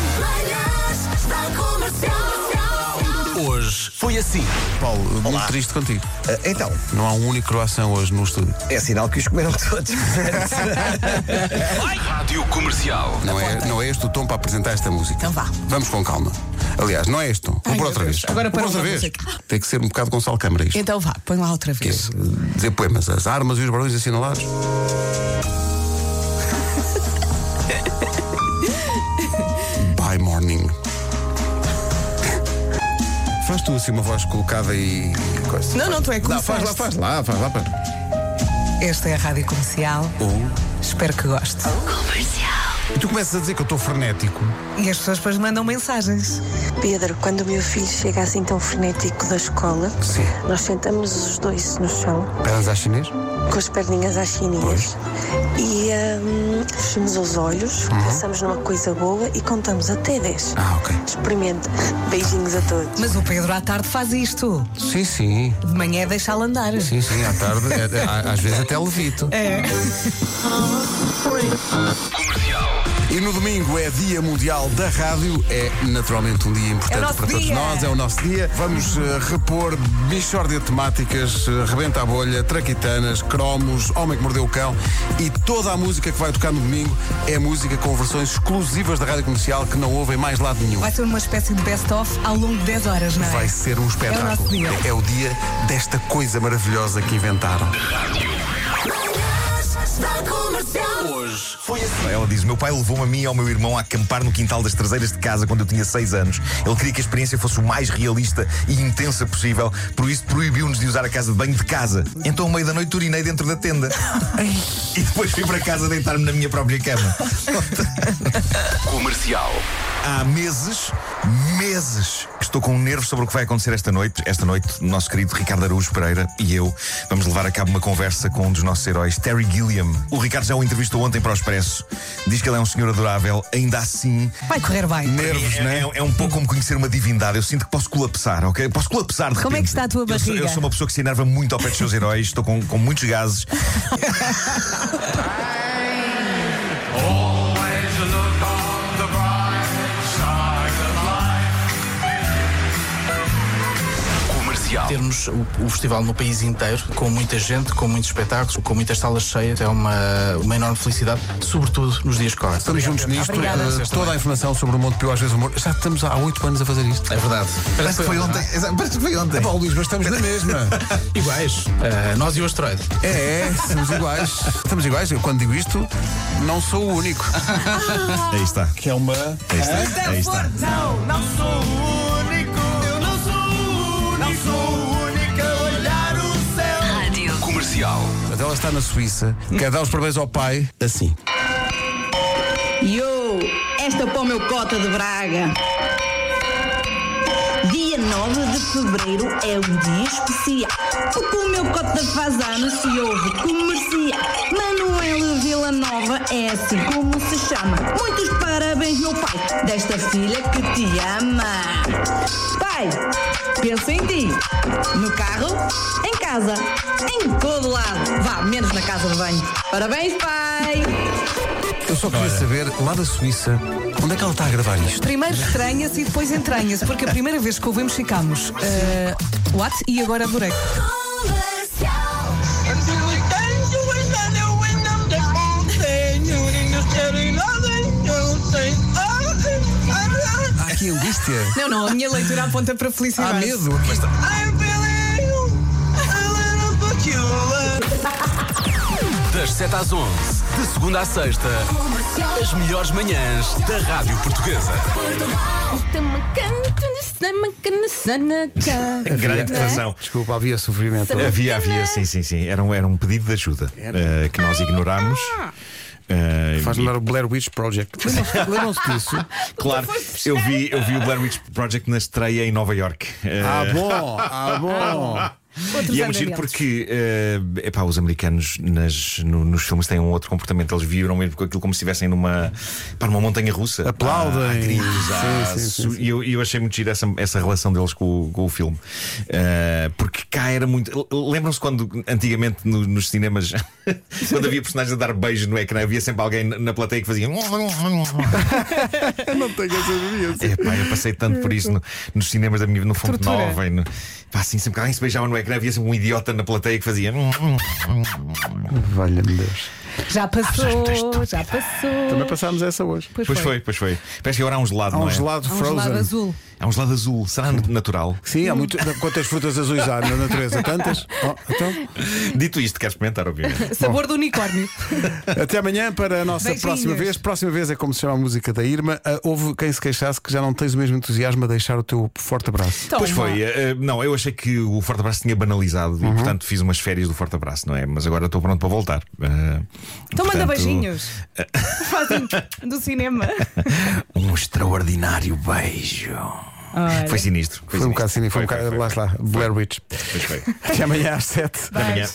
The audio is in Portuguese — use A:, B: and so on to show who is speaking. A: Manhãs da Comercial.
B: Hoje foi assim.
C: Paulo, muito triste contigo.
D: Ah, Então,
C: Não há um único croissant hoje no estúdio.
D: é sinal que os comeram todos.
B: Rádio Comercial.
C: Não é, não é este o tom para apresentar esta música.
E: Então vá.
C: Vamos com calma. Aliás, não é este tom. Vamos
E: Ai,
C: por
E: meu
C: outra
E: Deus.
C: vez. Vamos
E: Agora para
C: por outra
E: outra
C: vez.
E: música.
C: Tem que ser um bocado Gonçalo Câmara isto.
E: Então vá, põe lá outra vez.
C: Dizer poemas. As armas e os barões assinalados. By morning. Faz tu assim uma voz colocada e. e coisa.
E: Não, não, tu é que
C: Não, faz lá, faz
E: começaste.
C: lá, faz lá. Faz.
E: Esta é a Rádio Comercial. Espero que goste.
C: E tu começas a dizer que eu estou frenético.
E: E as pessoas depois mandam mensagens.
F: Pedro, quando o meu filho chega assim tão frenético da escola,
C: Sim.
F: nós sentamos os dois no chão,
C: Pernas à chinês?
F: com as perninhas às chininhas, e hum, fechamos os olhos, pensamos numa coisa boa e contamos até 10.
C: Ah, ok.
F: Experimente. Beijinhos a todos.
E: Mas o Pedro à tarde faz isto.
C: Sim, sim.
E: De manhã é deixá-lo andar.
C: Sim, sim, à tarde, é- é- à- às vezes até levito.
E: É.
C: E no domingo é Dia Mundial da Rádio, é naturalmente um dia
E: É o
C: importante
E: nosso
C: para todos
E: dia.
C: nós, é o nosso dia. Vamos eh, repor bichórdia de temáticas, eh, rebenta a bolha, traquitanas, cromos, homem que mordeu o cão e toda a música que vai tocar no domingo é música com versões exclusivas da Rádio Comercial que não ouvem mais lado nenhum.
E: Vai ser uma espécie de best-of ao longo de 10 horas, não é?
C: Vai ser um
E: É o nosso
C: espetáculo.
E: dia.
C: É o dia desta coisa maravilhosa que inventaram.
A: Manhãs da Comercial.
B: Hoje foi assim.
G: Ela diz: Meu pai levou-me a mim e ao meu irmão a acampar no quintal das traseiras de casa quando eu tinha 6 anos. Ele queria que a experiência fosse o mais realista e intensa possível, por isso proibiu-nos de usar a casa de banho de casa. Então, ao meio da noite, urinei dentro da tenda. e depois fui para casa deitar-me na minha própria cama.
B: Comercial.
G: Há meses, meses, que estou com nervos sobre o que vai acontecer esta noite. Esta noite, o nosso querido Ricardo Araújo Pereira e eu vamos levar a cabo uma conversa com um dos nossos heróis, Terry Gilliam. O Ricardo já o entrevistou ontem para o Expresso. Diz que ele é um senhor adorável, ainda assim.
E: Vai correr bem.
G: Nervos, é, é, é um pouco como conhecer uma divindade. Eu sinto que posso colapsar, ok? Posso colapsar de
E: Como é
G: repente.
E: que está a
G: Eu
E: tua
G: sou- Eu sou,
E: barriga?
G: uma pessoa que se enerva muito ao pé dos seus heróis, estou com, com muitos gases.
B: Comercial.
H: Termos o, o festival no país inteiro, com muita gente, com muitos espetáculos, com muitas salas cheias, é uma, uma enorme felicidade, sobretudo nos dias que correm.
C: Estamos juntos nisto. Eh, toda a informação sobre o Monte Pio, às vezes humor. Já estamos há oito anos a fazer isto.
H: É verdade. Parece que foi ontem.
G: Exato, Parece que foi ontem.
C: Paulo É Luís, mas estamos na mesma.
H: Iguais. Ah, nós e o asteroide.
C: É, é, somos iguais. Estamos iguais. Eu, quando digo isto, não sou o único.
E: Ah.
G: Aí está.
C: Que é uma.
G: Aí está. Aí está.
B: Comercial.
C: Mas ela está na Suíça. Quer dar os parabéns ao pai? Assim.
I: Yo, esta para o meu cota de Braga. Dia 9 de fevereiro é um dia especial. Porque o meu cota faz anos e houve comercial. Manuela Vila Nova é assim como se chama. Muitos parabéns, meu pai, desta filha que te ama. Pai, pensa em ti. No carro, em casa, em todo lado. Vá, menos na casa de banho. Parabéns, pai!
C: Eu só queria saber, lá da Suíça, onde é que ela está a gravar isto?
E: Primeiro estranha-se e depois entranha-se, porque a primeira vez que ouvimos ficámos. eh, what? E agora adorei.
A: Comercial.
C: Há aqui angústia.
E: Não, não, a minha leitura aponta para
C: Há
E: felicidade.
C: medo.
B: Das 7 às 11, de segunda à sexta, as melhores manhãs da Rádio Portuguesa.
G: Grande declaração.
C: Desculpa, havia sofrimento.
G: Havia, havia, sim, sim, sim. Era um, era um pedido de ajuda eh, que nós ignorámos. Eh,
C: Faz
G: e-
C: lembrar o Blair Witch Project. Lembram-se disso?
G: Claro, eu vi, eu vi o Blair Witch Project na estreia em Nova York.
C: É. Ah, bom, ah, bom.
E: Outros
G: e é muito giro
E: andamentos.
G: porque eh, epá, os americanos nas- no- nos filmes têm um outro comportamento. Eles viram mesmo com aquilo como se estivessem numa, pá, numa montanha russa.
C: Aplaudem.
G: Há gritos, há
C: Sim, sim, sim,
G: su- E eu, e eu achei muito giro essa, essa relação deles com, o- com o filme. Eh, porque cá era muito. Lembram-se quando antigamente no- nos cinemas, quando havia personagens a dar beijo no ecrã, havia sempre alguém na- na plateia que fazia.
C: Não tenho essa experiência.
G: É, pá, eu passei tanto por isso no- nos cinemas da minha no Fonte
E: Tortura.
G: Nova. E no, pá, assim, sempre que alguém se beijava no ecrã, havia sempre um idiota na plateia que fazia.
C: Valha-me Deus.
E: Já passou,
G: muito estúpida.
E: já passou.
C: Também passámos essa hoje.
E: Pois,
G: Pois
E: foi.
G: foi, pois foi. Parece que agora há um gelado,
C: Há
G: não
C: um
G: é?
C: gelado
E: Há um
C: frozen.
E: gelado azul.
G: Há um gelado azul. Será natural?
C: Sim, há muito. Quantas frutas azuis há na natureza? Tantas? Oh, então,
G: Dito isto, quero experimentar, obviamente.
E: Sabor do unicórnio.
C: até amanhã para a nossa
E: Beijinhos.
C: próxima vez. Próxima vez é como se chama a música da Irma. Ah, houve quem se queixasse que já não tens o mesmo entusiasmo a deixar o teu forte abraço.
E: Toma.
G: Pois foi, eh, eh, não, eu achei que o Forte Abraço tinha banalizado e, portanto, fiz umas férias do Forte Abraço, não é? Mas agora estou pronto para voltar. Eh,
E: Então manda
G: portanto,
E: beijinhos. Fazem do cinema.
G: Um extraordinário beijo.
E: Olha.
G: Foi sinistro.
C: Foi um bocado assim, foi um
G: Foi,
C: bocado.
G: foi,
C: Lá
G: foi.
C: está, Blair Witch.
G: Pois foi.
C: Até amanhã às 7.
G: Até amanhã.